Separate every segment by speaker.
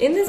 Speaker 1: In this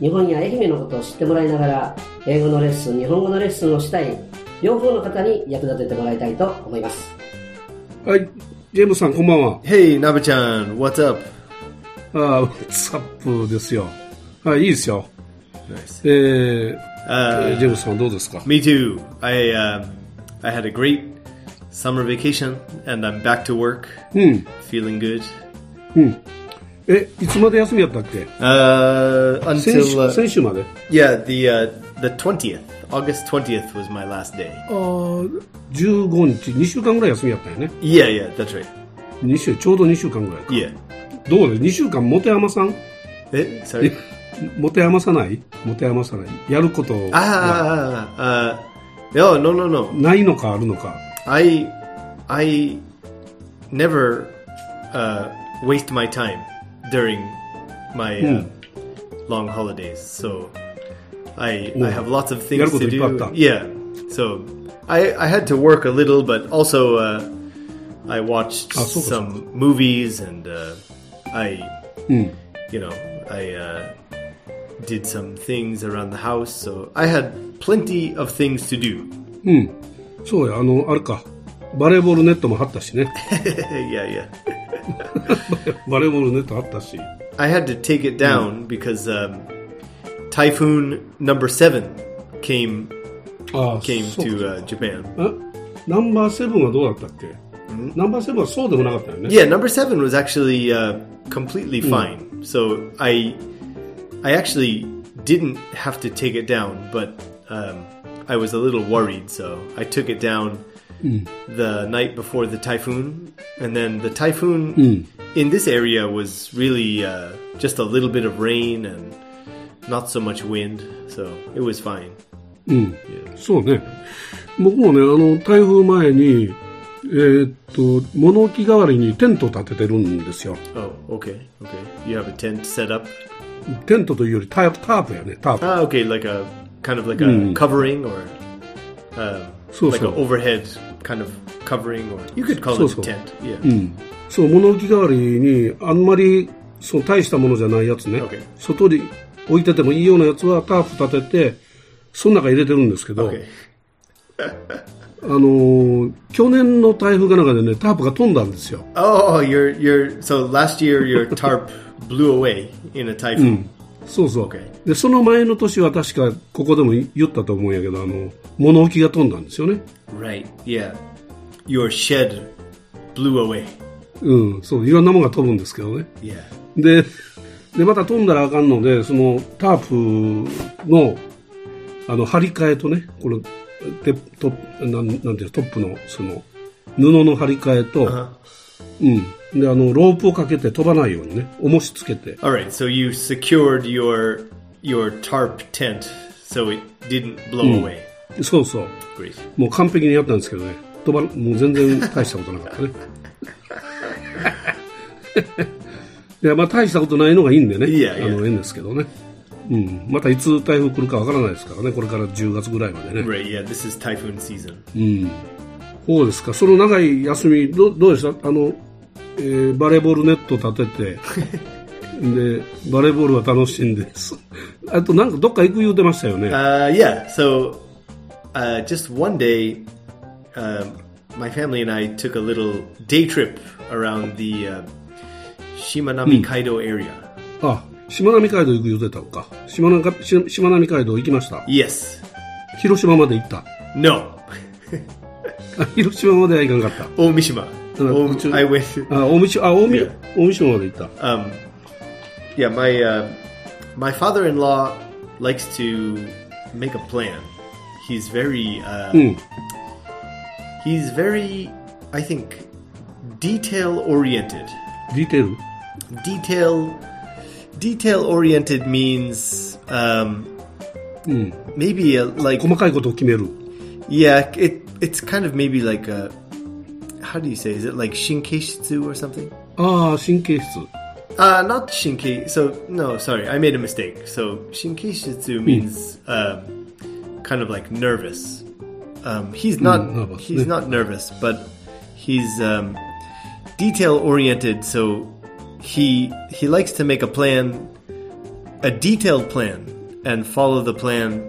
Speaker 2: 日本や愛媛のことを知ってもらいながら英語のレッスン日本語のレッスンをしたい両方の方に役立ててもらいたいと思います
Speaker 3: はい、ジェームスさん、こんばんは。
Speaker 4: Hey, Naba-chan, what's up?
Speaker 3: あー、ツアップですよ。はい、いいですよ。
Speaker 4: Nice.
Speaker 3: えー、えー
Speaker 4: Uh,
Speaker 3: ジェームスさん、どうですか
Speaker 4: me too. I um, I had a great summer vacation, and I'm back to work,
Speaker 3: うん。
Speaker 4: feeling good.
Speaker 3: え、いつまで休みやったっけ
Speaker 4: Uh,
Speaker 3: 先
Speaker 4: until
Speaker 3: 週
Speaker 4: uh,
Speaker 3: 先週まで。
Speaker 4: yeah, the uh, the twentieth, August twentieth was my last day.
Speaker 3: あー15日、2週間ぐらい休みやったよね。
Speaker 4: Yeah, yeah, that's right.
Speaker 3: 2週、ちょうど2週間ぐらいか。
Speaker 4: Yeah.
Speaker 3: どうで ?2 週間、持て余さん
Speaker 4: Eh, sorry.
Speaker 3: 持て余さない持て余さない。やること
Speaker 4: Ah, uh, no, no, no, no.
Speaker 3: ないのかあるのか。
Speaker 4: I I never uh, waste my time during my uh, long holidays. So I I have lots of things to do.
Speaker 3: やることいっぱいあった。
Speaker 4: Yeah. So I I had to work a little, but also uh, I watched
Speaker 3: あ、そうか、
Speaker 4: some movies and uh, I
Speaker 3: うん。
Speaker 4: you know I uh, did some things around the house. So I had plenty of things to do.
Speaker 3: うん。そうや、あの、あれか。バレーボールネットも張ったしね。
Speaker 4: yeah, yeah.
Speaker 3: バレーボールネットあったし。
Speaker 4: I had to take it down because um, typhoon number seven came
Speaker 3: ああ、
Speaker 4: came
Speaker 3: そうか
Speaker 4: to uh, Japan.
Speaker 3: えナンバーセブンはどうだったっけ、ナンバーセブンはそうでもなかったよね。
Speaker 4: Yeah, number seven was actually uh, completely fine. So I I actually didn't have to take it down, but um, I was a little worried, so I took it down the night before the typhoon, and then the typhoon in this area was really uh, just a little bit of rain and not so much wind, so it was fine.
Speaker 3: そうね。僕もね、あの、台風前に、えーっと、物置代わりにテントを建ててるんですよ。
Speaker 4: Oh, okay, okay. You have a tent set up.
Speaker 3: テントというよりタープタープやね、タープ。
Speaker 4: Ah, okay, like a kind of like a covering or uh,
Speaker 3: So,
Speaker 4: like
Speaker 3: so.
Speaker 4: an overhead kind of covering, or you could Mm. call
Speaker 3: So,
Speaker 4: it
Speaker 3: so.
Speaker 4: a tent. Yeah.
Speaker 3: そう、物置代わりに、あんまり、そう、大したものじゃないやつね。
Speaker 4: Okay.
Speaker 3: 外に置いててもいいようなやつはタープ立てて、その中入れてるんですけど、
Speaker 4: Okay.
Speaker 3: あのー去年の台風かなんかでね、タープが飛んだんですよ。
Speaker 4: Oh, your your so last year your tarp blew away in a typhoon.
Speaker 3: そうそう。
Speaker 4: Okay.
Speaker 3: で、その前の年は確かここでも言ったと思うんやけど、あの、物置が飛んだんですよね。
Speaker 4: Right. Yeah. Your shed blew away.
Speaker 3: うん、そう、いろんなものが飛ぶんですけどね。
Speaker 4: Yeah.
Speaker 3: で、で、また飛んだらあかんので、そのタープの、あの、張り替えとね、この、てトップなん、なんていうの、トップの、その、布の張り替えと、うん。で、あの、ロープをかけて飛ばないようにね、重しつけて。
Speaker 4: All right. So you secured your your tarp tent so it didn't blow away.
Speaker 3: そうそう。
Speaker 4: Great.
Speaker 3: もう完璧にやったんですけどね、飛ばもう全然大したことなかったね。 いや、まあ大したことないのがいいんでね、
Speaker 4: いやいや
Speaker 3: あの、ええんですけどね。うん、またいつ台風来るかわからないですからね、これから10月ぐらいまでね。
Speaker 4: Right. Yeah. This is typhoon season.
Speaker 3: そうですか、その長い休み、どどうでしたあの、えーバレーボールネット立 てて、で、バレーボールは楽しんで です。あと、なんかどっか行く言うてましたよね。
Speaker 4: Uh, yeah. So, uh, just one day, um, my family and I took a little day trip around the uh, Shimanami Kaido area.
Speaker 3: あ、しまなみ海道行く言うてたのか。しまなかししまなみ海道行きました。
Speaker 4: Yes.
Speaker 3: 広島まで行った。
Speaker 4: No.
Speaker 3: あ広島までは行かんかっ
Speaker 4: Omishima.
Speaker 3: Uh,
Speaker 4: Om- I went.
Speaker 3: た。あ、大道、あ、大
Speaker 4: い
Speaker 3: 道
Speaker 4: や、
Speaker 3: 大道まで行った。
Speaker 4: Um, yeah. My uh, my father-in-law likes to make a plan. He's very. Uh,
Speaker 3: うん。
Speaker 4: He's very. I think detail-oriented.
Speaker 3: ディテール
Speaker 4: detail detail oriented means um, maybe a, like
Speaker 3: 細かいことを決める。
Speaker 4: yeah, it it's kind of maybe like a how do you say? Is it like shinkeshitsu or something?
Speaker 3: ああ、神経質。
Speaker 4: Uh, not shinke. So no, sorry, I made a mistake. So shinkeshitsu means um, kind of like nervous. Um, he's not
Speaker 3: nervous, yeah.
Speaker 4: he's not nervous, but he's um, detail oriented. So he he likes to make a plan, a detailed plan, and follow the plan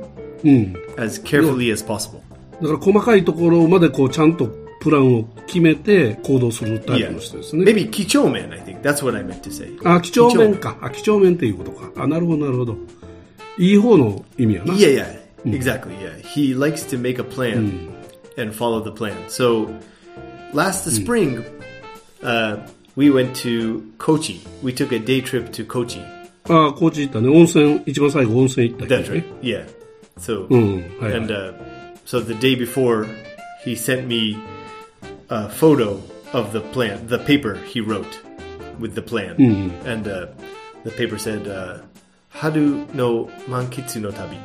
Speaker 4: as carefully as possible.
Speaker 3: だから細かいところまでこうちゃんとプランを決めて行動するタイプ
Speaker 4: Yeah,
Speaker 3: の人ですね。
Speaker 4: maybe kichomen. I think that's what I meant to say.
Speaker 3: あ、几帳面か。あ、几帳面っていうことか。あ、なるほど、なるほど。いい方の意味やな。
Speaker 4: Yeah, yeah, exactly. Yeah, he likes to make a plan and follow the plan. So last spring, uh, we went to Kochi. We took a day trip to Kochi.
Speaker 3: ああ、高知行ったね。温泉、一番最後温泉行ったり
Speaker 4: That's
Speaker 3: ね
Speaker 4: right. Yeah. So
Speaker 3: うん。はい、
Speaker 4: and uh, so the day before, he sent me a photo of the plan, the paper he wrote with the plan, and uh, the paper said, uh, "Haru no mankitsu no tabi."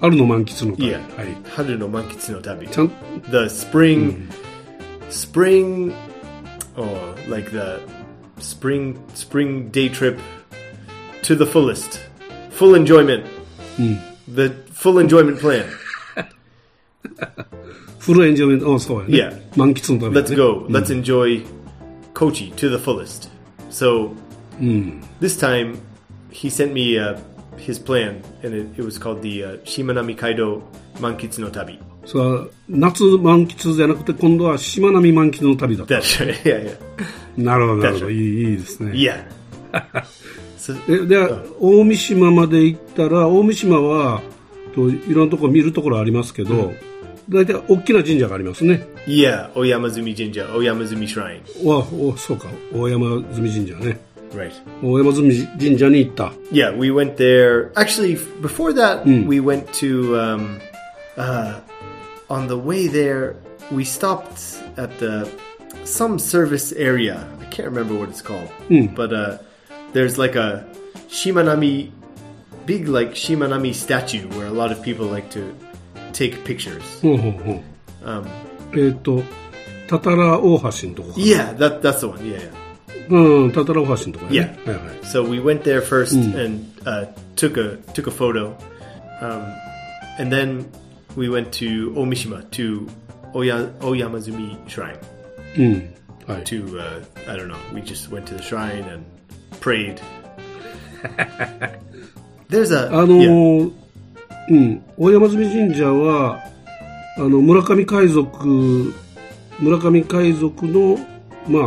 Speaker 3: 春の満喫の会。
Speaker 4: Yeah.
Speaker 3: はい。
Speaker 4: Haru no mankitsu no tabi.
Speaker 3: ちゃん、
Speaker 4: the spring spring oh like the spring spring day trip to the fullest full enjoyment the full enjoyment plan
Speaker 3: フルエンジョイメント、あそうやね。
Speaker 4: Yeah.
Speaker 3: 満喫のため、ね。
Speaker 4: let's go let's enjoy kochi to the fullest so this time he sent me uh, his plan and it, it was called the uh, shimanami kaido mankitsu no tabi
Speaker 3: それは夏満喫じゃなくて、今度はしまなみ満喫の旅だった。
Speaker 4: that's right yeah yeah
Speaker 3: なるほど、なるほど。
Speaker 4: That's
Speaker 3: いい、いいですね。
Speaker 4: yeah so,
Speaker 3: え、で、大三島まで行ったら、大三島は、といろんなとこ見るところありますけど、大体大きな神社がありますね。
Speaker 4: yeah oyamazumi jinja oyamazumi shrine
Speaker 3: わおそうか大山積神社ね
Speaker 4: Right.
Speaker 3: 大山積神社に行った
Speaker 4: Yeah, we went there. Actually, f- before that, we went to. Um, uh, on the way there, we stopped at the some service area. I can't remember what it's called, but uh, there's like a Shimanami, big like Shimanami statue where a lot of people like to take pictures.
Speaker 3: ほうほうほう
Speaker 4: Um,
Speaker 3: えっ、とたたら大橋のとこか
Speaker 4: yeah, that that's the one. Yeah, yeah.
Speaker 3: うんたたら大橋のとこやね、
Speaker 4: Yeah.
Speaker 3: はいはい
Speaker 4: So we went there first and uh, took a took a photo, um, and then we went to Omishima to Oya, Oyamazumi Shrine.
Speaker 3: うんはい、
Speaker 4: To uh, I don't know. We just went to the shrine and prayed. There's a
Speaker 3: あの
Speaker 4: yeah,
Speaker 3: ーうん大山積神社はあの村上海賊村上海賊のまあ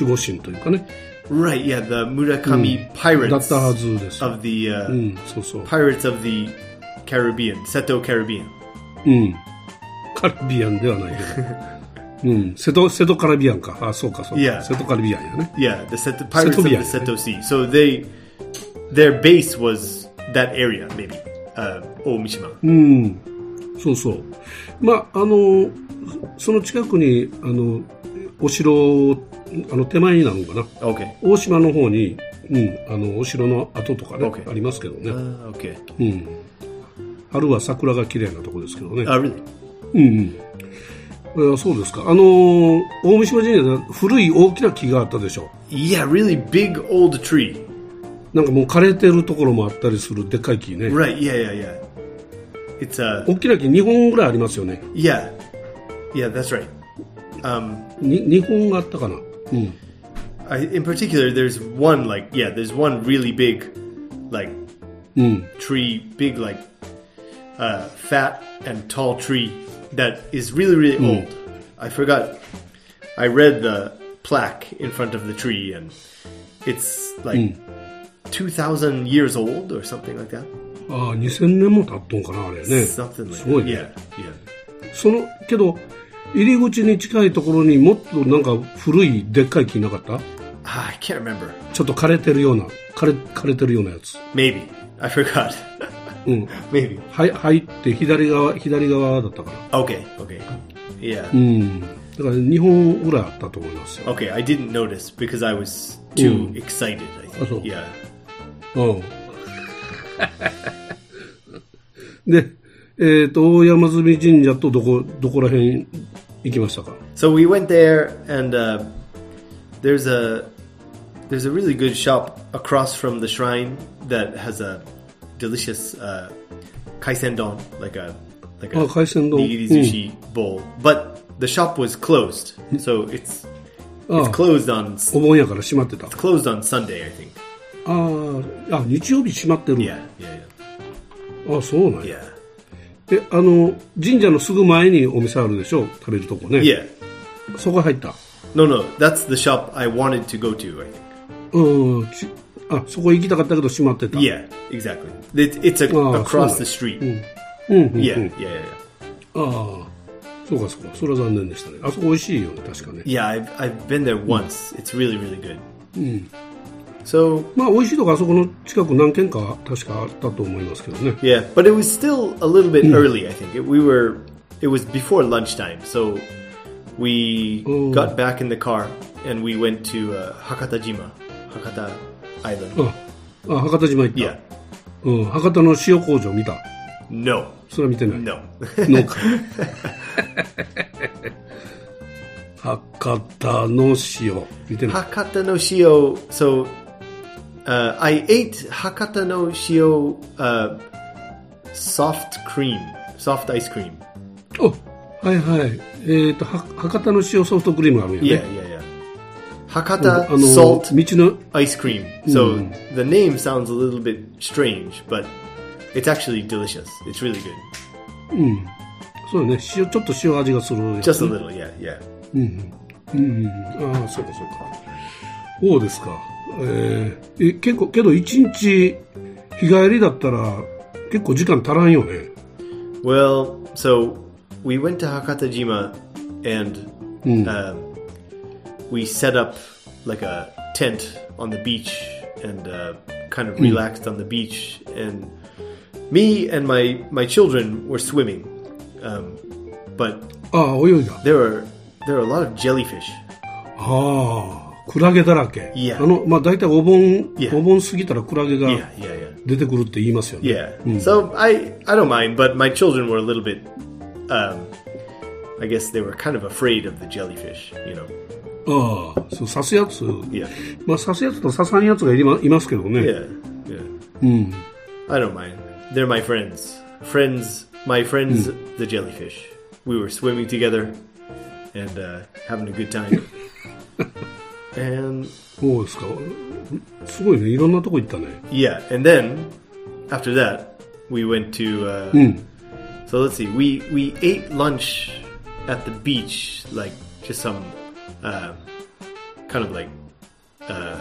Speaker 3: 守護神というかね
Speaker 4: right. Yeah, the Murakami pirates
Speaker 3: だったはずです、
Speaker 4: of the uh,
Speaker 3: うん、そうそう
Speaker 4: pirates of the Caribbean, Seto Caribbean.
Speaker 3: うん。カリビアンではないけど。 うん。瀬戸、瀬戸カリビアンか。あ、そうか、そうか。
Speaker 4: いや
Speaker 3: 瀬戸カリビアンやね。
Speaker 4: Yeah, the Set- the Pirates of the
Speaker 3: Setovia,
Speaker 4: Seto Sea. So they, their base was that area, maybe uh, Omishima.
Speaker 3: うん。そうそう。まあ、あの、その近くに、あの、お城、あの、手前になるのかな。
Speaker 4: Okay,
Speaker 3: 大島の方に、うん、あの、お城の跡とかね、
Speaker 4: Okay.
Speaker 3: ありますけど
Speaker 4: uh,
Speaker 3: ね。
Speaker 4: okay.
Speaker 3: うん。春は桜が綺麗なとこですけどね。
Speaker 4: Oh, really?
Speaker 3: うんうん。あそうですか。あの、大三島神社で古い大きな木があったでしょ。
Speaker 4: Yeah, really big old tree.
Speaker 3: なんかもう枯れてるところもあったりするでっかい木ね。
Speaker 4: Right? Yeah, yeah, yeah. It's uh,
Speaker 3: 大きな木2本ぐらいありますよね。
Speaker 4: yeah, yeah. That's right. Um,
Speaker 3: に2本があったかな。うん。
Speaker 4: I, in particular, there's one like yeah, there's one really big, like tree, big like uh, fat and tall tree that is really really old. I forgot. I read the plaque in front of the tree, and it's like two thousand years old or something like that.
Speaker 3: ああ、2000年も経っとんかな、あれね。す
Speaker 4: something like
Speaker 3: ご
Speaker 4: that.
Speaker 3: いね。
Speaker 4: Yeah, yeah.
Speaker 3: その、けど、入り口に近いところにもっとなんか古いでっかい木なかった
Speaker 4: Ah, I can't remember.
Speaker 3: ちょっと枯れてるような、枯れ、枯れてるようなやつ。
Speaker 4: Maybe I forgot.
Speaker 3: うん。
Speaker 4: Maybe.
Speaker 3: はい、入って左側、左側だったかな。
Speaker 4: Okay. Okay. Yeah.
Speaker 3: うん。だから2本ぐらいあったと思いますよ。Mm.
Speaker 4: Okay, I didn't notice because I was too excited. I think.
Speaker 3: Oh.
Speaker 4: Yeah,
Speaker 3: うん。で、えっ、と、大山積神社とどこ、どこら辺行きましたか
Speaker 4: So we went there, and uh, there's a there's a really good shop across from the shrine that has a delicious uh, kaisen don, like a like a
Speaker 3: Oh, kaisen don.
Speaker 4: nigiri sushi bowl. But the shop was closed, so it's
Speaker 3: Oh.
Speaker 4: it's closed on it's
Speaker 3: お盆やから閉まってた。あ
Speaker 4: closed on Sunday, I think.
Speaker 3: あ、あ、日曜日閉まってる。
Speaker 4: Yeah, yeah, yeah,
Speaker 3: あそうなんや。
Speaker 4: yeah,
Speaker 3: え、あの、神社のすぐ前にお店あるでしょ食べるとこね。
Speaker 4: yeah.
Speaker 3: そこ入った。
Speaker 4: No, no, that's the shop I wanted to go to. I think.
Speaker 3: うん、ちあ、そこ行きたかったけど閉まってた。
Speaker 4: Yeah, exactly. It, it's a,
Speaker 3: Oh,
Speaker 4: across
Speaker 3: cool. Mm-hmm.
Speaker 4: the street. Mm-hmm.
Speaker 3: うん、うん、
Speaker 4: Yeah,
Speaker 3: うん。
Speaker 4: yeah, yeah, yeah.
Speaker 3: ああ、そうかそうか。それは残念でしたね。あそこ美味しいよね、確かね。
Speaker 4: Yeah, I've, I've
Speaker 3: Mm.
Speaker 4: been there once. It's really, really good. So,
Speaker 3: まあ、美味しいとこあそこの近く何軒か確かあったと思いますけどね。
Speaker 4: yeah, but it was still a little
Speaker 3: Mm.
Speaker 4: bit early, I think. It, we were, it was before lunchtime. So, we
Speaker 3: Oh.
Speaker 4: got back in the car and we went to uh, Hakatajima, Hakata Island.
Speaker 3: あ、あ博多島行った。
Speaker 4: Yeah.
Speaker 3: うん、博多の塩工場見た。
Speaker 4: No.
Speaker 3: それは見てない。
Speaker 4: No.
Speaker 3: 農家。博多の塩。見てない。
Speaker 4: Hakata no Shio. So, uh, I ate Hakata no Shio uh, soft cream, soft ice cream.
Speaker 3: おはいはい。えっ、とは、博多の塩ソフトクリームあるよね。
Speaker 4: Yeah, yeah, yeah. Hakata
Speaker 3: あの、
Speaker 4: salt
Speaker 3: 道の、
Speaker 4: ice cream. So the name sounds a little bit strange, but it's actually delicious. It's really good.
Speaker 3: そうだね、塩、ちょっと塩味がするやつ
Speaker 4: Just a little, yeah, yeah.
Speaker 3: ああ、そうかそうか。そうですか。えーえ結構、けど一日、日帰りだったら、結構時間足らんよね。
Speaker 4: Well, so we went to Hakatajima and um, we set up like a tent on the beach and uh, kind of relaxed on the beach. And me and my my children were swimming, um, but
Speaker 3: ああ、泳いだ。
Speaker 4: there are there are a lot of jellyfish
Speaker 3: ああ、クラゲだらけ。
Speaker 4: いや
Speaker 3: あの、まあ、大体お盆、
Speaker 4: いや
Speaker 3: お盆過ぎたらクラゲが
Speaker 4: Yeah, yeah, yeah,
Speaker 3: 出てくるって言いますよね。
Speaker 4: yeah. So I, I don't mind, but my children were a little bit, um, I guess they were kind of afraid of the jellyfish, you know.
Speaker 3: ああ、そう刺すやつ。
Speaker 4: Yeah,
Speaker 3: まあ、刺すやつと刺さんやつがいりまいますけどね。
Speaker 4: yeah, yeah. I don't mind. They're my friends. Friends, my friends, the jellyfish. We were swimming together and uh, having a good time. and
Speaker 3: そうですか。すごいね、いろんなとこ行ったね。
Speaker 4: Yeah, and then after that, we went to. Uh, So let's see. We we ate lunch at the beach, like just some uh, kind of like uh,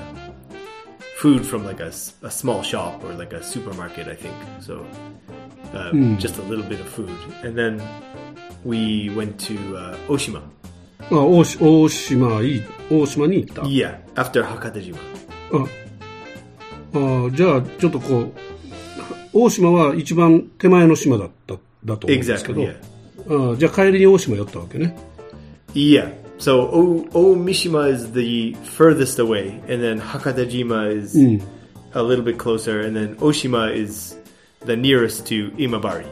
Speaker 4: food from like a, s- a small shop or like a supermarket, I think. So uh, just a little bit of food, and then we went to uh, Oshima.
Speaker 3: ああ大し大島いい、大島に行った。
Speaker 4: Yeah, after Hakatajima.
Speaker 3: ああじゃあちょっとこう大島は一番手前の島だっただと思うんですけど
Speaker 4: Exactly. Yeah.
Speaker 3: あじゃあ帰りに大島寄ったわけね
Speaker 4: Yeah. So o- Omishima is the furthest away, and then Hakatajima is a little bit closer, and then Oshima is the nearest to Imabari.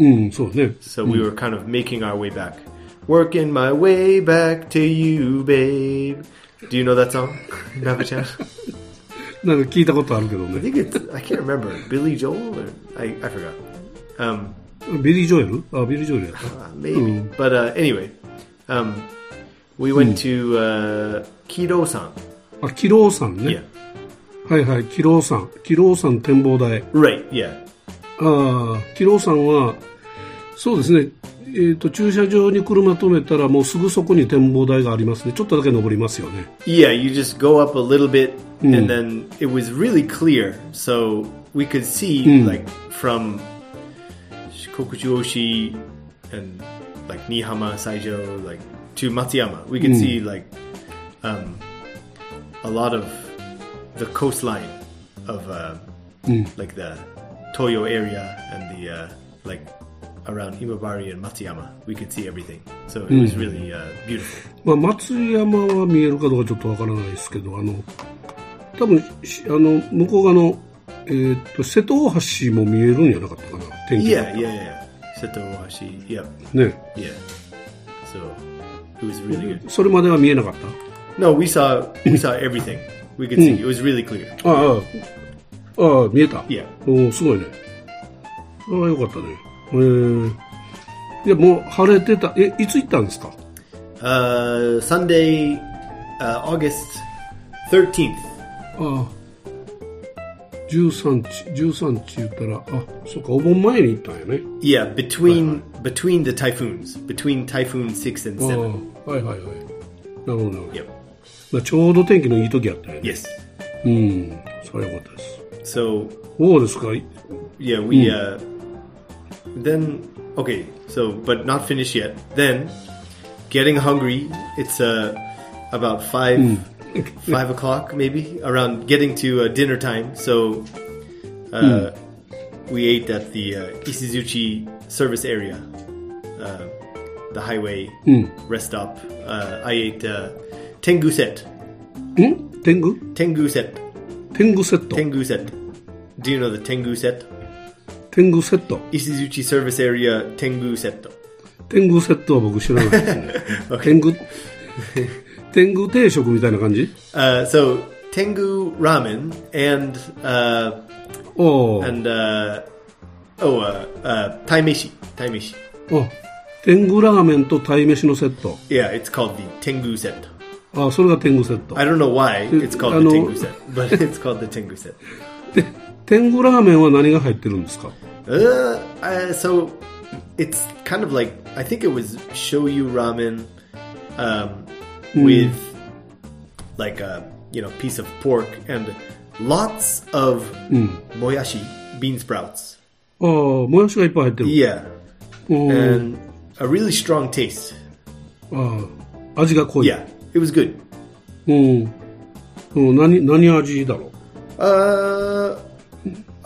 Speaker 3: うんそうね
Speaker 4: So we were kind of making our way back. Working my way back to you, babe. Do you know that song, Nava-chan?
Speaker 3: なんか聞いたことあるけど
Speaker 4: I
Speaker 3: ね
Speaker 4: think it's I can't remember Billy Joel or I, I forgot. Um,
Speaker 3: ビリー・ジョエルあビリー・ジョエルやった
Speaker 4: uh, maybe, but uh, anyway, um, we went to uh, Kido-san.
Speaker 3: あキロさんね
Speaker 4: Yeah,
Speaker 3: はいはいキロさんキロさん展望台
Speaker 4: right. Yeah,
Speaker 3: ああキロさんはそうですねえー、と駐車場に車止めたらもうすぐそこに展望台がありますねちょっとだけ登りますよね
Speaker 4: Yeah, you just go up a little bit, and then it was really clear, so we could see like from Kokuchuoshi and like Nihama Saijo, like to Matsuyama, we could see like um, a lot of the coastline of uh, like the Toyo area and the uh, like around Imabari and Matsuyama. We could see everything, so it was really uh, beautiful.
Speaker 3: まあ、松山は見えるかどうかちょっとわからないですけど、あの、多分しあの、向こう側のえーっと、瀬戸大橋も見えるんやなかったかな、天気が
Speaker 4: Yeah, yeah, yeah. Seto Washi. Yep.
Speaker 3: ね。
Speaker 4: Yeah. So it was really good.
Speaker 3: それまでは見えなかっ
Speaker 4: No, we saw we saw everything. We could see. It was really clear.
Speaker 3: たああ、ああ、見えた。
Speaker 4: いや
Speaker 3: おお、すごいね。ああ、よかったね。えー、いや、もう晴れてた。え、いつ行ったんですか
Speaker 4: Uh, Sunday, uh, August thirteenth.
Speaker 3: ああ、13日、13日言ったら、あ、そっか、お盆前に行ったんやね。
Speaker 4: Yeah, between between the typhoons, between typhoon six and
Speaker 3: あ
Speaker 4: seven.
Speaker 3: あ、はいはいはい。なるほどなるほど。
Speaker 4: Yep.
Speaker 3: まあちょうど天気のいい時やったんやね。
Speaker 4: Yes.
Speaker 3: うん、それはよかったです。
Speaker 4: So
Speaker 3: そうですか。
Speaker 4: yeah, we uh, then okay. So but not finished yet. Then getting hungry. It's uh, about five five o'clock maybe around getting to uh, dinner time. So uh, we ate at the uh, Isizuchi service area, uh, the highway rest stop. Uh, I ate uh, tengu set.
Speaker 3: ん天狗
Speaker 4: Tengu set.
Speaker 3: 天狗セット。
Speaker 4: Tengu set. Do you know the tengu set?
Speaker 3: 天狗セット。
Speaker 4: Isizuchi service area Tengu Seto.
Speaker 3: 天狗セットは僕知らないです ね。天狗、天狗定食みたいな感じ
Speaker 4: Uh, so Tengu ramen and uh,
Speaker 3: おお。あ、
Speaker 4: and uh, oh uh, uh, taimeshi taimeshi.
Speaker 3: 天狗ラーメンと鯛めしのセット。
Speaker 4: Yeah, it's called the Tengu Set.
Speaker 3: あ、それが天狗セット
Speaker 4: I。don't know why it's called the
Speaker 3: Ano-
Speaker 4: Tengu Set, but it's called the Tengu Set.
Speaker 3: で、天狗ラーメンは何が入ってるんですか
Speaker 4: Uh, uh, so it's kind of like I think it was shoyu ramen um, with like a you know piece of pork and lots of moyashi bean sprouts.
Speaker 3: ああ、もやしがいっぱい入ってる。
Speaker 4: Yeah,
Speaker 3: おー
Speaker 4: and a really strong taste.
Speaker 3: ああ、味が濃い。
Speaker 4: Yeah, it was good.
Speaker 3: うん。うん、何、何味だろう
Speaker 4: Uh,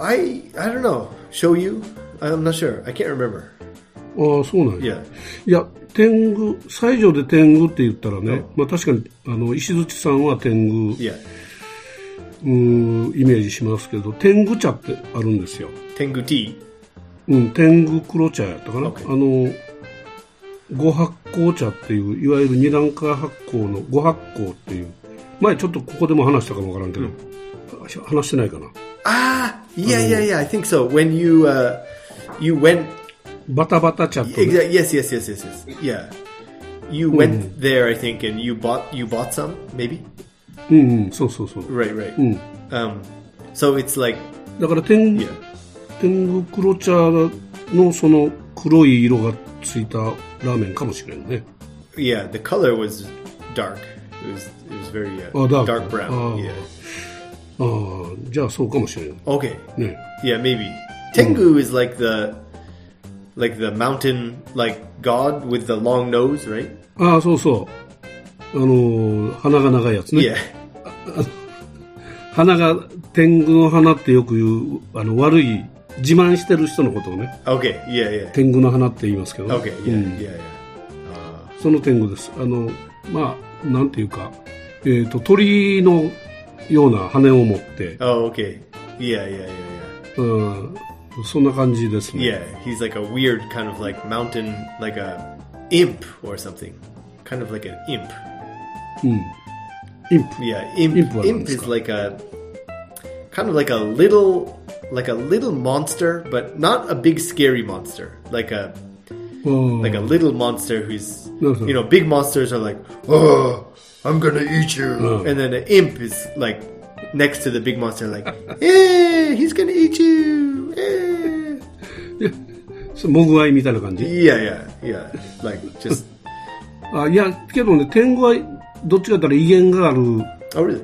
Speaker 4: I I don't know shoyu. I'm not sure. I can't remember.
Speaker 3: ああ、そうなんや。
Speaker 4: Yeah.
Speaker 3: いや、天狗、西条で天狗って言ったらね、まあ確かに、あの、石槌さんは天狗、
Speaker 4: Yeah,
Speaker 3: うーんイメージしますけど天狗茶ってあるんですよ、
Speaker 4: tengu tea.
Speaker 3: うん、天狗黒茶やったかな、
Speaker 4: Okay.
Speaker 3: あの五発酵茶っていういわゆる二段階発酵の五発酵っていう前ちょっとここでも話したかもわからんけど、あ話してないかな
Speaker 4: Ah, yeah,
Speaker 3: Oh.
Speaker 4: yeah, yeah. I think so. When you uh, you went,
Speaker 3: バタバタ茶と、ね、
Speaker 4: exa- yes, yes, yes, yes, yes. Yeah, you
Speaker 3: Hmm.
Speaker 4: went there. I think, and you bought you bought some, maybe.
Speaker 3: うんうんそうそうそう
Speaker 4: Right, right.
Speaker 3: Hmm.
Speaker 4: Um, so it's like
Speaker 3: だから天
Speaker 4: yeah,
Speaker 3: 天狗黒茶のその黒い色がついたラーメンかもしれんね
Speaker 4: yeah. The color was dark. It was it was very uh,
Speaker 3: Oh, dark.
Speaker 4: brown.
Speaker 3: Oh.
Speaker 4: Yeah.
Speaker 3: ああじゃあそうかもしれん
Speaker 4: Okay.
Speaker 3: ね
Speaker 4: Yeah, maybe. Tengu is like the like the mountain like god with the long nose, right?
Speaker 3: ああそうそうあのー鼻が長いやつね、
Speaker 4: Yeah.
Speaker 3: 花が天狗の花ってよく言うあの悪い自慢してる人のことをね
Speaker 4: Okay. Yeah. Yeah.
Speaker 3: 天狗の花って言いますけど、
Speaker 4: Okay. Yeah.
Speaker 3: うん
Speaker 4: Yeah. Yeah.
Speaker 3: その天狗ですあのまあなんていうか、えー、と鳥のような羽を持って、
Speaker 4: Oh. Okay. Yeah. Yeah. Yeah. Yeah.
Speaker 3: うん、そんな感じですね
Speaker 4: Yeah, he's like a weird kind of like mountain, like a imp or something. Kind of like an imp.
Speaker 3: インプ
Speaker 4: Yeah, imp.
Speaker 3: Imp
Speaker 4: Imp,
Speaker 3: one is
Speaker 4: is like a kind of like a little, like a little monster, but not a big scary monster. Like a
Speaker 3: うん
Speaker 4: like a little monster who's
Speaker 3: Mhm.
Speaker 4: you know big monsters are like oh I'm gonna eat you, and then an imp is like next to the big monster like eh he's gonna eat you. Eh.
Speaker 3: そうモグワイみたいな感じ
Speaker 4: Yeah, yeah, yeah. Like just
Speaker 3: あいやけどね天狗はどっちかというと威厳がある
Speaker 4: oh really?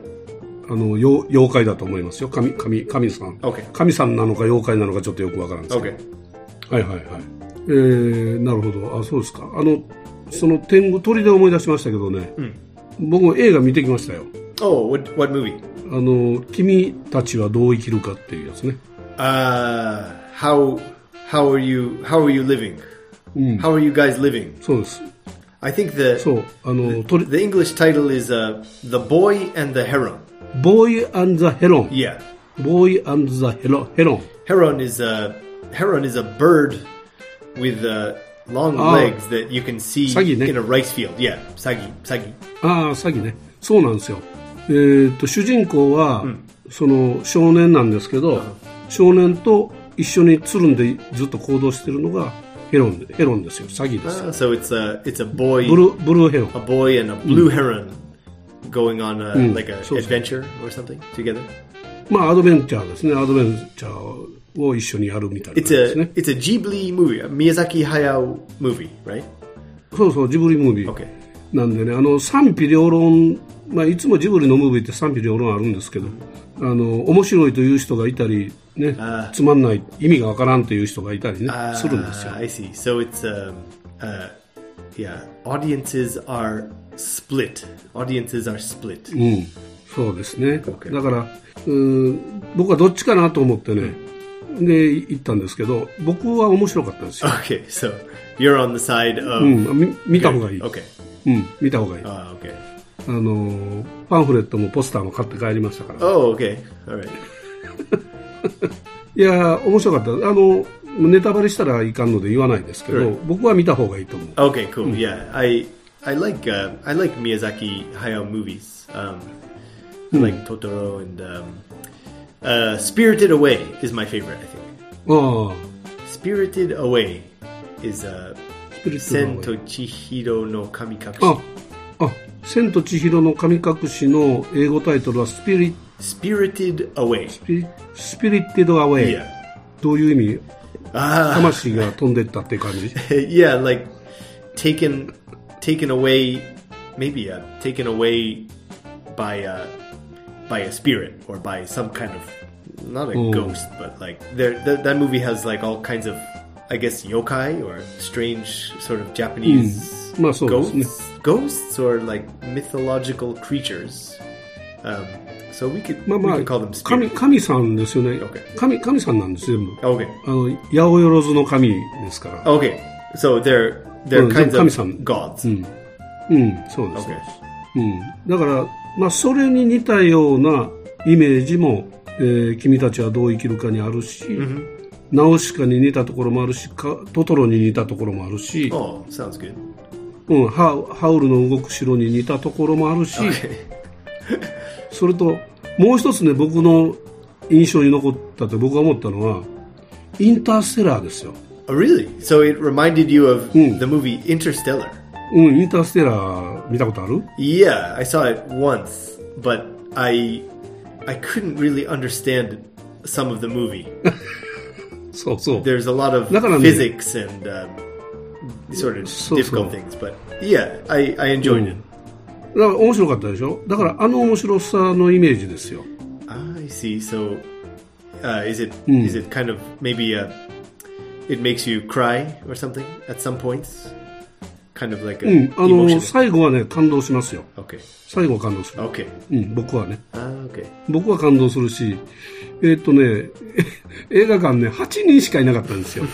Speaker 3: あの妖妖怪だと思いますよ神神神さん、
Speaker 4: Okay.
Speaker 3: 神さんなのか妖怪なのかちょっとよくわからんですけど
Speaker 4: Okay.
Speaker 3: はいはいはい。えー、なるほど。あ、そうですか。あの、その天狗、鳥で思い出しましたけどね、僕も映画見てきましたよ。
Speaker 4: Oh, what what movie?
Speaker 3: あの、君たちはどう生きるかっていうやつね。
Speaker 4: Uh, how how are you how are you living? How are you guys living?
Speaker 3: そうです。
Speaker 4: I think the
Speaker 3: そう。あの、鳥、
Speaker 4: the English title is uh, "The Boy and the Harem."
Speaker 3: ボーイアンザヘロン。
Speaker 4: Yeah,
Speaker 3: Boy and the Heron. Heron.
Speaker 4: Heron is a heron is a bird with uh, long
Speaker 3: Oh.
Speaker 4: legs that you can see
Speaker 3: Sagi, ne?
Speaker 4: in a rice field. Yeah, sagi, sagi.
Speaker 3: ああ、詐欺ね。そうなんですよ。えーっと、主人公は、その少年なんですけど、少年と一緒につるんでずっと行動してるのがヘロンで、ヘロンですよ。詐欺ですよ。
Speaker 4: So it's a it's a boy,
Speaker 3: ブルー、ブルーヘロン。
Speaker 4: a boy and a blue heron going on a, like an
Speaker 3: Mm. so- so.
Speaker 4: adventure or something together.
Speaker 3: まあ、アドベンチャーですね。アドベンチャーを一緒にやるみたいな感
Speaker 4: It's
Speaker 3: じです
Speaker 4: a
Speaker 3: ね。
Speaker 4: it's a Ghibli movie, a Miyazaki Hayao movie, right?
Speaker 3: そうそう、ジブリムービー。
Speaker 4: Okay.
Speaker 3: なんでね、あの、賛否両論、まあ、いつもジブリのムービーって賛否両論あるんですけど、あの、面白いという人がいたり、ね、つまんない、意味がわからんという人がいたりね、するんですよ
Speaker 4: Ah,。I see. So it's um, uh, yeah, audiences are split. Audiences are split.
Speaker 3: うん、そうですね。だから、うん、僕はどっちかなと思ってね、で、行ったんですけど、僕は面白かったんですよ。
Speaker 4: Okay, so you're on the side of
Speaker 3: うん、み見た方がいい。
Speaker 4: okay.
Speaker 3: うん、見た方がいい。あ
Speaker 4: Ah, okay.
Speaker 3: の、パンフレットもポスターも買って帰りましたから。
Speaker 4: Oh, okay. All right.
Speaker 3: いやー、面白かった。あの、ネタバレしたらいかんので言わないですけど、僕は見た方がいいと思う。
Speaker 4: Okay, cool. Yeah, I I like uh, I like Miyazaki Hayao movies. Um, I like Totoro and um, uh, Spirited Away is my favorite. I think
Speaker 3: ああ、
Speaker 4: Spirited Away is uh,
Speaker 3: スピリッ
Speaker 4: 千
Speaker 3: ト
Speaker 4: と
Speaker 3: の
Speaker 4: 千尋の神隠し。
Speaker 3: あ、あ、千と千尋の神隠しの英語タイトルはスピリ
Speaker 4: Spirited Away.
Speaker 3: スピリ、スピリッティドアウェイ。
Speaker 4: Yeah.
Speaker 3: どういう意味
Speaker 4: Ah,
Speaker 3: 魂が飛んでったっていう感 じ
Speaker 4: yeah, like taken taken away, maybe uh, taken away by uh, by a spirit or by some kind of not a ghost, but like there th- that movie has like all kinds of I guess yokai or strange sort of Japanese
Speaker 3: Mm. Well, so it's-
Speaker 4: ghosts, ghosts or like mythological creatures. Um, so we could
Speaker 3: まあ
Speaker 4: we
Speaker 3: まあ
Speaker 4: could call them
Speaker 3: 神
Speaker 4: spirits.
Speaker 3: 神さんですよね
Speaker 4: Okay.
Speaker 3: 神神さんなんですよ全部
Speaker 4: Okay,
Speaker 3: あの八百万の神ですから、
Speaker 4: okay. So they're they're
Speaker 3: Oh,
Speaker 4: kinds
Speaker 3: kami-san. Mm.
Speaker 4: of gods.
Speaker 3: うんそうです、
Speaker 4: Okay.
Speaker 3: うん、だから、まあ、それに似たようなイメージも、えー君たちはどう生きるかにあるし、ナオシカに似たところもあるしかトトロに似たところもあるし、
Speaker 4: Oh, sounds good.
Speaker 3: うん、ハウハウルの動く城に似たところもあるし、 それともう一つね僕の印象に残ったと僕が思ったのはインターステラーですよ、
Speaker 4: Oh, really? So it reminded you of
Speaker 3: Hmm.
Speaker 4: the movie Interstellar.
Speaker 3: うん、インターステラー見たことある
Speaker 4: Yeah, I saw it once, but I I couldn't really understand some of the movie.
Speaker 3: そうそう。
Speaker 4: There's a lot of
Speaker 3: だからね、
Speaker 4: physics and um, sort of
Speaker 3: そうそう。
Speaker 4: difficult things, but yeah, I, I enjoyed it.
Speaker 3: だから面白かったでしょだからあの面白さのイメージですよ。
Speaker 4: Ah, I see. So uh, is it is it kind of maybe uh it makes you cry or something at some points? Kind of like a
Speaker 3: うん、あの、
Speaker 4: emotional.
Speaker 3: 最後はね、感動しますよ。
Speaker 4: Okay.
Speaker 3: 最後は感動する。
Speaker 4: Okay.
Speaker 3: うん、僕はね。
Speaker 4: Ah, okay.
Speaker 3: 僕は感動するし、えーっとね、 映画館ね、8人しかいなかったんですよ。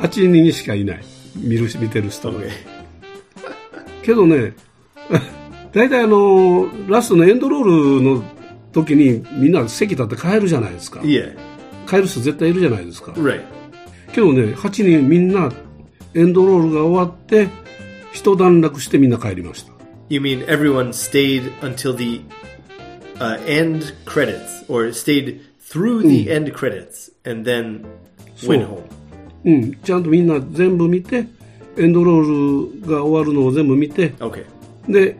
Speaker 3: 8人しかいない。見るし、見てる人が。
Speaker 4: Okay.
Speaker 3: けどね、 大体あの、ラストのエンドロールの時にみんな席立って帰るじゃないですか。
Speaker 4: Yeah.
Speaker 3: 帰る人絶対いるじゃないですか。
Speaker 4: Right.
Speaker 3: けどね、8人みんなエンドロールが終わって、一段落してみんな帰りました。
Speaker 4: You mean everyone stayed until the uh, end credits, or stayed through the end credits, and then went home?
Speaker 3: うん、ちゃんとみんな全部見て、エンドロールが終わるのを全部見て、
Speaker 4: Okay.
Speaker 3: で、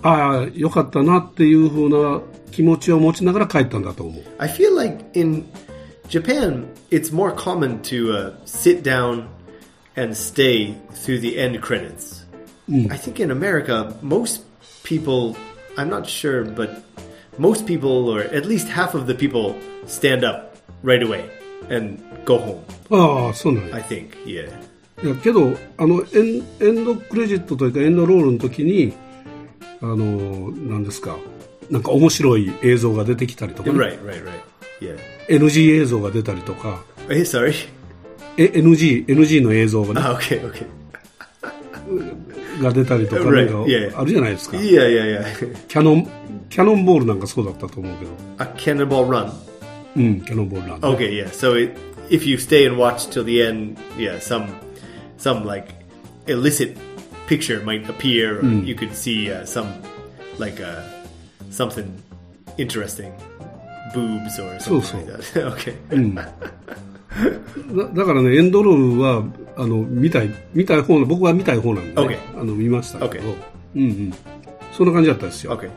Speaker 3: ああ、よかったなっていう風な気持ちを持ちながら帰ったんだと思う。
Speaker 4: I feel like in Japan, it's more common to uh, sit down and stay through the end credits. I think in America, most people, I'm not sure, but most people, or at least half of the people, stand up right away and go home.
Speaker 3: ああ、そうなんや
Speaker 4: I。think, yeah.
Speaker 3: いやけどあのエンエンドクレジットというかエンドロールの時にあのなんですかなんか面白い映像が出てきたりとかね、
Speaker 4: Right, right, right. Yeah.
Speaker 3: NG 映像が出たりとか
Speaker 4: Hey, sorry.
Speaker 3: え NG, NG の映像が、ね、
Speaker 4: Ah, okay, okay.
Speaker 3: が出たりとか、なん
Speaker 4: Right,
Speaker 3: か
Speaker 4: yeah.
Speaker 3: あるじゃないですか。
Speaker 4: Yeah, yeah, yeah.
Speaker 3: キャノン、キャノンボールなんかそうだったと思うけど。
Speaker 4: A cannonball run.
Speaker 3: うん、キャノンボールランド。
Speaker 4: Okay, yeah. So it, if you stay and watch till the end, yeah, some some like illicit picture might appear. Or You could see uh, some like uh, something interesting, boobs or something
Speaker 3: so.
Speaker 4: like that. okay.
Speaker 3: だだからね、エンドロールは、あの、見たい、見たい方の、僕は見たい方なんで、ね
Speaker 4: Okay.
Speaker 3: あの、見ましたけど
Speaker 4: Okay.、
Speaker 3: うんうん。そんな感じだったですよ。
Speaker 4: Okay.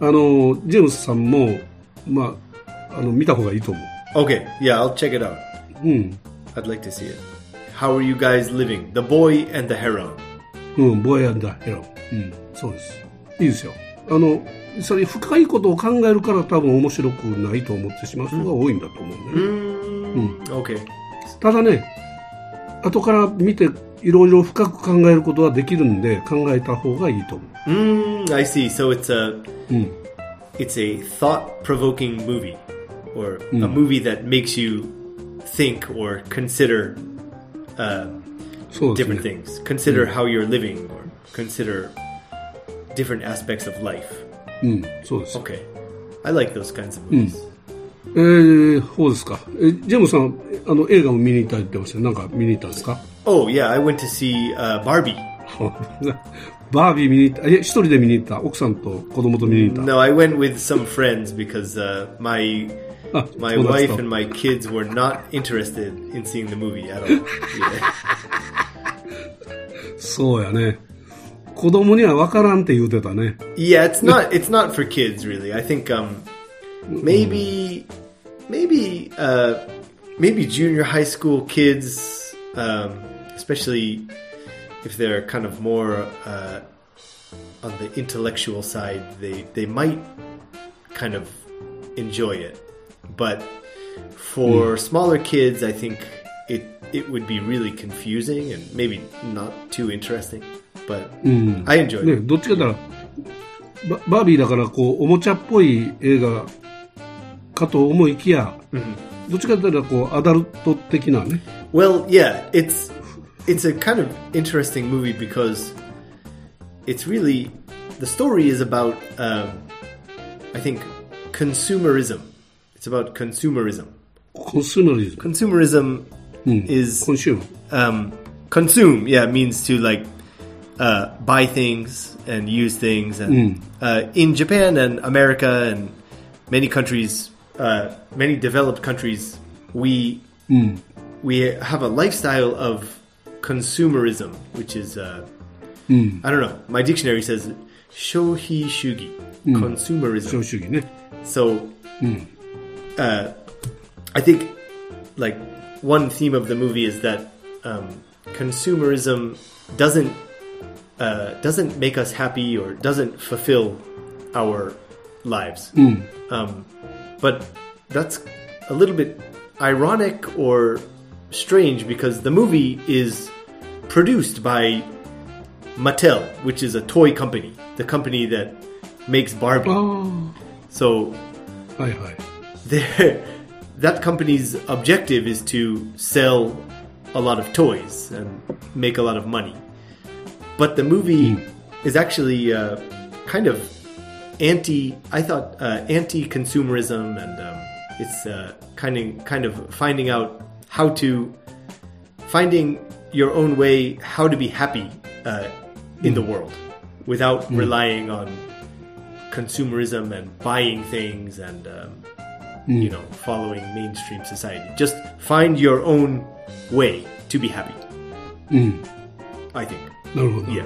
Speaker 3: あの、ジェームスさんも、まあ、あの、見た方がいいと思
Speaker 4: Okay. Yeah, I'll check it out.
Speaker 3: う。うん。
Speaker 4: I'd like to see it. How are you guys living? The boy and the heron.
Speaker 3: うん、ボーイダーヘロー。うん、そうです。いいですよ。あの、それ深いことを考えるから多分面白くないと思ってしまう人が多いんだと思うんだよね。
Speaker 4: Mm, Okay.
Speaker 3: ただね、後から見て、いろいろ深く考えることはできるんで、考えた方がいいと思
Speaker 4: Mm, I see. So it's a
Speaker 3: う。うん。
Speaker 4: it's a thought-provoking movie or a movie that makes you think or consider uh,
Speaker 3: そうですね。
Speaker 4: different things consider how you're living or consider different aspects of life
Speaker 3: うん、そうです。
Speaker 4: okay i like those kinds of movies
Speaker 3: えー、そうですか。え、ジェームスさん、あの、映画も見に行ったって言ってましたよなんか見に行ったんですか
Speaker 4: oh yeah i went to see uh, barbie
Speaker 3: バービー見に行った、え、一人で見に行った。奥さんと子供と見に行った。
Speaker 4: no i went with some friends because uh, my
Speaker 3: あ、
Speaker 4: my
Speaker 3: 友達
Speaker 4: wife
Speaker 3: と
Speaker 4: and my kids were not interested in seeing the movie at all yeah.
Speaker 3: そうやね。子供には分からんって言うてたね。
Speaker 4: Yeah, it's not it's not for kids really. I think um maybe maybe uh maybe junior high school kids um especially if they're kind of more uh on the intellectual side, they they might kind of enjoy it. But for smaller kids, I think it it would be really confusing and maybe not too interesting. But I enjoyed
Speaker 3: ね、
Speaker 4: it.
Speaker 3: どっちかだったら、ババービーだから、こう、おもちゃっぽい映画かと思いきや、どっちかだったら、こう、アダルト的なね。
Speaker 4: Well, yeah, it's it's a kind of interesting movie because it's really the story is about um, I think consumerism. It's about consumerism.
Speaker 3: コンスーマリズム。
Speaker 4: Consumerism is
Speaker 3: コンシューム。
Speaker 4: um, consume. Yeah, means to like uh, buy things and use things. And uh, in Japan and America and many countries, uh, many developed countries, we we have a lifestyle of consumerism, which is uh, I don't know. My dictionary says shohi shugi, consumerism.
Speaker 3: 資本主義ね。
Speaker 4: So, uh, I think like one theme of the movie is that um, consumerism doesn't uh, doesn't make us happy or doesn't fulfill our lives. Um, but that's a little bit ironic or strange because the movie is produced by Mattel, which is a toy company, the company that makes Barbie.
Speaker 3: あ
Speaker 4: So
Speaker 3: あ、はいはい。
Speaker 4: their that company's objective is to sell a lot of toys and make a lot of money. But the movie is actually uh, kind of anti. I thought uh, anti-consumerism, and um, it's uh, kind of kind of finding out how to finding your own way, how to be happy uh, in the world without relying on consumerism and buying things and um, you know following mainstream society just find your own way to be happy i think
Speaker 3: なるほど。
Speaker 4: yeah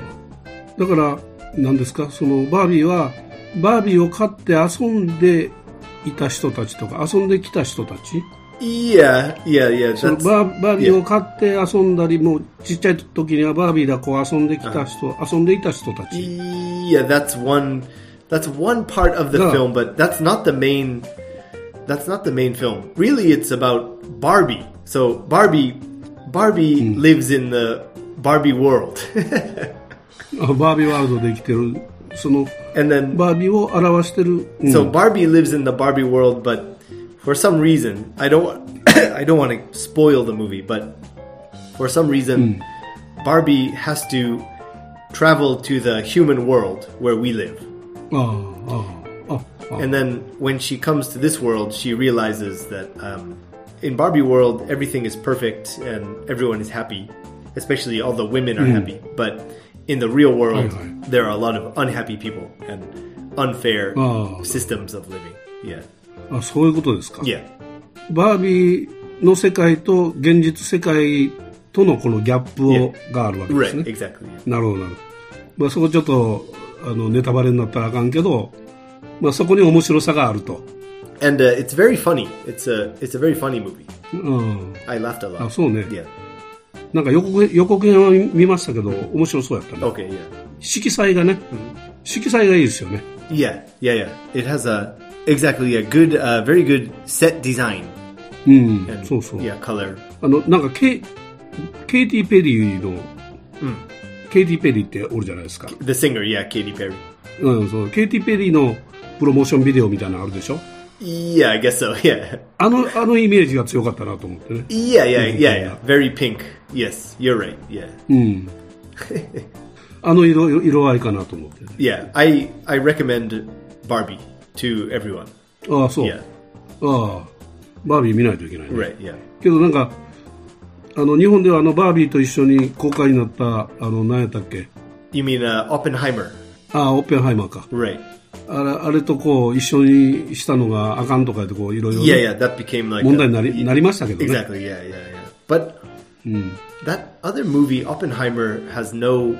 Speaker 3: だから、何ですか、そのバービーは、バービーを飼って遊んでいた人たちとか、遊んできた人たち、
Speaker 4: yeah yeah yeah
Speaker 3: その
Speaker 4: that's,
Speaker 3: バーバービーを飼って遊んだり、もうちっちゃい時にはバービーだこう遊んできた人、遊んでいた人たち、
Speaker 4: yeah that's one that's one part of the
Speaker 3: No.
Speaker 4: film but that's not the main that's not the main film really it's about barbie so barbie barbie lives in the barbie world
Speaker 3: あバービーワールドで生きてる、その
Speaker 4: and then
Speaker 3: バービーを表してる、うん
Speaker 4: So Barbie lives in the Barbie world, but for some reason, I don't I don't want to
Speaker 3: Hmm.
Speaker 4: spoil the movie, but for some reason, Barbie has to travel to the human world where we live.
Speaker 3: ああ、ああ、ああ。
Speaker 4: And then when she comes to this world, she realizes that um, in Barbie world, everything is perfect and everyone is happy, especially all the women are happy. But in the real world,
Speaker 3: Hmm. Aye,
Speaker 4: there are a lot of unhappy people and unfair
Speaker 3: Oh.
Speaker 4: systems of living. Yeah.
Speaker 3: あそういうことですか。
Speaker 4: Yeah.
Speaker 3: バービーの世界と現実世界とのこのギャップを、があるわけで
Speaker 4: Right.
Speaker 3: すね。
Speaker 4: Exactly.
Speaker 3: なるほど、なるほど。まあ、そこちょっと、あの、ネタバレになったらあかんけど、まあ、そこに面白さがあると。
Speaker 4: And uh, it's very funny. It's a it's a very funny movie.
Speaker 3: うん。
Speaker 4: I laughed a lot.
Speaker 3: あ、そうね。
Speaker 4: Yeah.
Speaker 3: なんか予告予告編は見ましたけど、面白そうやったね。
Speaker 4: Okay. Yeah.
Speaker 3: 色彩がね、色彩がいいですよね。
Speaker 4: Yeah. Yeah. Yeah. It has a exactly a good, uh, very good set design
Speaker 3: うん、
Speaker 4: and
Speaker 3: そうそう。
Speaker 4: yeah color.
Speaker 3: あの、なんかケイ、ケイティ・ペリーの、ケイティ・ペリーっておるじゃないですか。
Speaker 4: The singer, yeah, Katy Perry.
Speaker 3: うん、そう。ケイティ・ペリーのプロモーションビデオみたいなのあるでしょ
Speaker 4: Yeah, I guess so. Yeah,
Speaker 3: あの、あのイメージが強かったなと思ってね。
Speaker 4: yeah, yeah, yeah,
Speaker 3: yeah.
Speaker 4: yeah. Very pink. Yes, you're right. Yeah,
Speaker 3: うん。あの色、色合いかなと思って。
Speaker 4: yeah. I I recommend Barbie to everyone.
Speaker 3: ああ、そう。
Speaker 4: Yeah,
Speaker 3: ああ、バービー見ないといけないね。
Speaker 4: right. Yeah,
Speaker 3: けどなんか、あの、日本ではあの、バービーと一緒に公開になった、あの、何やったっけ
Speaker 4: you mean uh, Oppenheimer?
Speaker 3: ああ、オッペンハイマーか。
Speaker 4: Right.
Speaker 3: あれ、あれとこう、一緒にしたのがあかんとか言ってこう、いろいろ
Speaker 4: Yeah, yeah. That became like
Speaker 3: 問題
Speaker 4: a-
Speaker 3: になり、なりましたけどね。
Speaker 4: exactly. Yeah, yeah, yeah. But that other movie, Oppenheimer, has no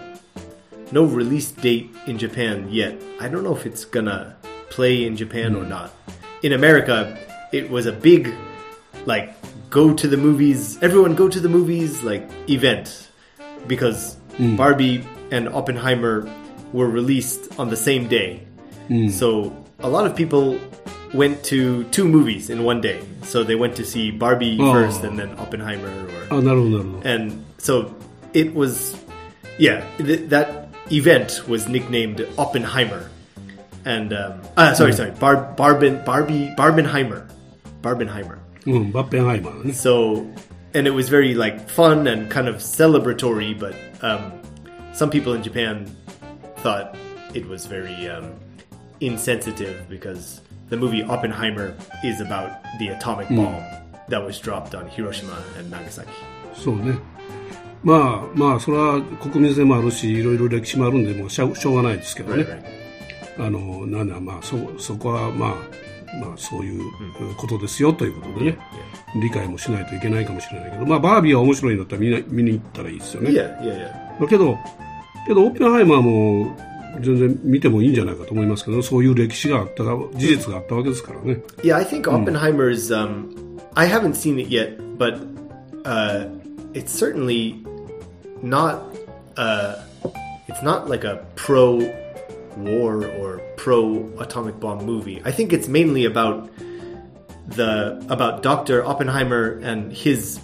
Speaker 4: no release date in Japan yet. I don't know if it's gonna play in Japan or not. In America, it was a big like go to the movies, everyone go to the movies like event because Barbie and Oppenheimer were released on the same day. So a lot of people went to two movies in one day. So they went to see Barbie
Speaker 3: Oh.
Speaker 4: first and then Oppenheimer or
Speaker 3: あ、なるほど、なるほど。
Speaker 4: and so it was yeah th- that event was nicknamed oppenheimer and um, uh, sorry sorry Bar- Barben- barbie barbenheimer barbenheimer
Speaker 3: うん、バッペンハイマーね。
Speaker 4: so and it was very like fun and kind of celebratory but um, some people in japan thought it was very um, insensitive because the movie oppenheimer is about the atomic bomb that was dropped on hiroshima and nagasaki
Speaker 3: そうね。まあ、まあ、それは国民性もあるし、いろいろ歴史もあるんで、もうしょうしょうがないですけどね。
Speaker 4: right, right.
Speaker 3: あの、なんだ、まあ、そ、そこは、まあ、まあ、そういううことですよということでね。理解もしないといけないかもしれないけど、まあ、バービーは面白いんだったら見な見に行ったらいいですよね。
Speaker 4: Yeah, yeah, yeah.
Speaker 3: だけど、けど、オッペンハイマーも全然見てもいいんじゃないかと思いますけど、そういう歴史があったが、事実があったわけですからね。
Speaker 4: Yeah, I think Oppenheimer's. Um, I haven't seen it yet, but uh, it's certainly not. Uh, it's not like a pro war or pro atomic bomb movie. I think it's mainly about the about Dr. Oppenheimer and his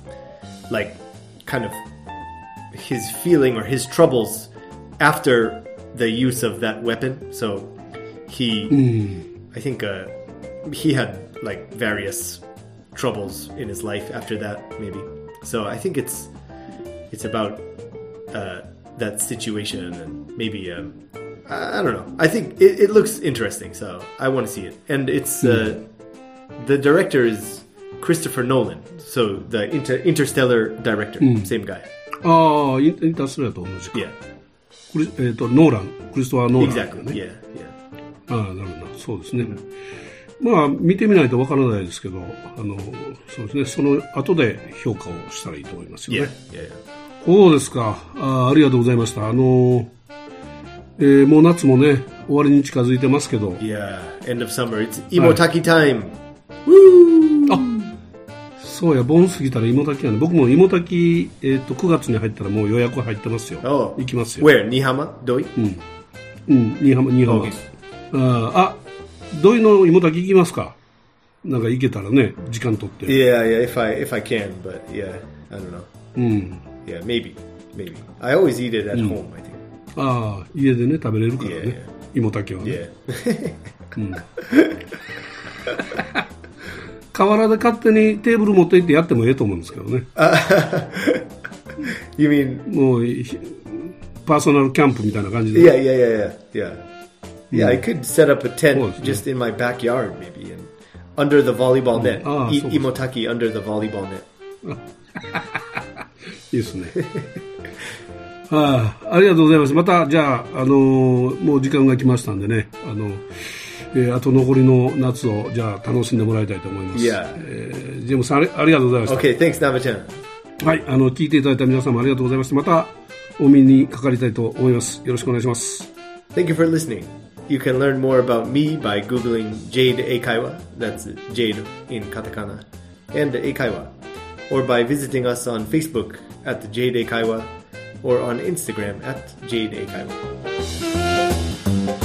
Speaker 4: like kind of his feeling or his troubles after the use of that weapon. So he I think uh, he had like various troubles in his life after that, maybe. So I think it's it's about uh, that situation and maybe um, I, I don't know. I think it, it looks interesting, so I want to see it. And it's uh, the director is Christopher Nolan, so the inter- Interstellar director, same guy.
Speaker 3: ああ、インインターステラーと同じか。
Speaker 4: Yeah,
Speaker 3: クリスえっ、と、ノーラン、クリストワー・ノーラン、ね。
Speaker 4: exactly. Yeah, yeah.
Speaker 3: ああ、なるほど。そうですね。まあ、見てみないとわからないですけど、あの、そうですね、その後で評価をしたらいいと思いますよ
Speaker 4: Yeah,
Speaker 3: ね。
Speaker 4: yeah, yeah.
Speaker 3: そうですかあー。ありがとうございました。あの、えーもう夏もね、終わりに近づいてますけど、
Speaker 4: Yeah, end of summer. It's Imotaki time.
Speaker 3: そうや、盆過ぎたら芋炊きやね。僕も芋炊き、えっ、と、9月に入ったらもう予約入ってますよ。
Speaker 4: Oh,
Speaker 3: 行きますよ。
Speaker 4: Where? Nihama? Doi?
Speaker 3: うん、新居浜、新居浜。
Speaker 4: Okay.
Speaker 3: あーあ、土井の芋炊き行きますかなんか行けたらね、時間取って。
Speaker 4: Yeah, yeah. If I if I can, but yeah, I don't know.
Speaker 3: うん。
Speaker 4: Yeah, maybe, maybe. I always eat it at
Speaker 3: Hmm.
Speaker 4: home. I think.
Speaker 3: ああ、家でね、食べれるからね。
Speaker 4: いやいや
Speaker 3: 芋炊きはね。
Speaker 4: Yeah.
Speaker 3: 河原で勝手にテーブル持って行ってやってもええと思うんですけどね。
Speaker 4: you mean?
Speaker 3: もう、ひパーソナルキャンプみたいな感じで。
Speaker 4: Yeah, yeah, yeah, yeah, yeah. Yeah, I could set up a tent
Speaker 3: Oh, it's
Speaker 4: just in my backyard, maybe, and under the volleyball net.
Speaker 3: Ah,
Speaker 4: I-
Speaker 3: so-
Speaker 4: Imotaki under the volleyball net.
Speaker 3: いいですね。 はい、あ。りがとうございます。また、じゃあ、あのーもう時間が来ましたんでね、あの、えーあと残りの夏を、じゃあ、楽しんでもらいたいと思います。
Speaker 4: Yeah.
Speaker 3: えージェームスさんあり、ありがとうございました。
Speaker 4: Okay, thanks, Navachan.
Speaker 3: はい、あの、聞いていただいた皆様ありがとうございました。また、お見にかかりたいと思います。よろしくお願いします。
Speaker 4: Thank you for listening. You can learn more about me by Googling Jade Eikaiwa, that's Jade in katakana, and Eikaiwa, or by visiting us on Facebook at the Jade Eikaiwa, or on Instagram at Jade Eikaiwa.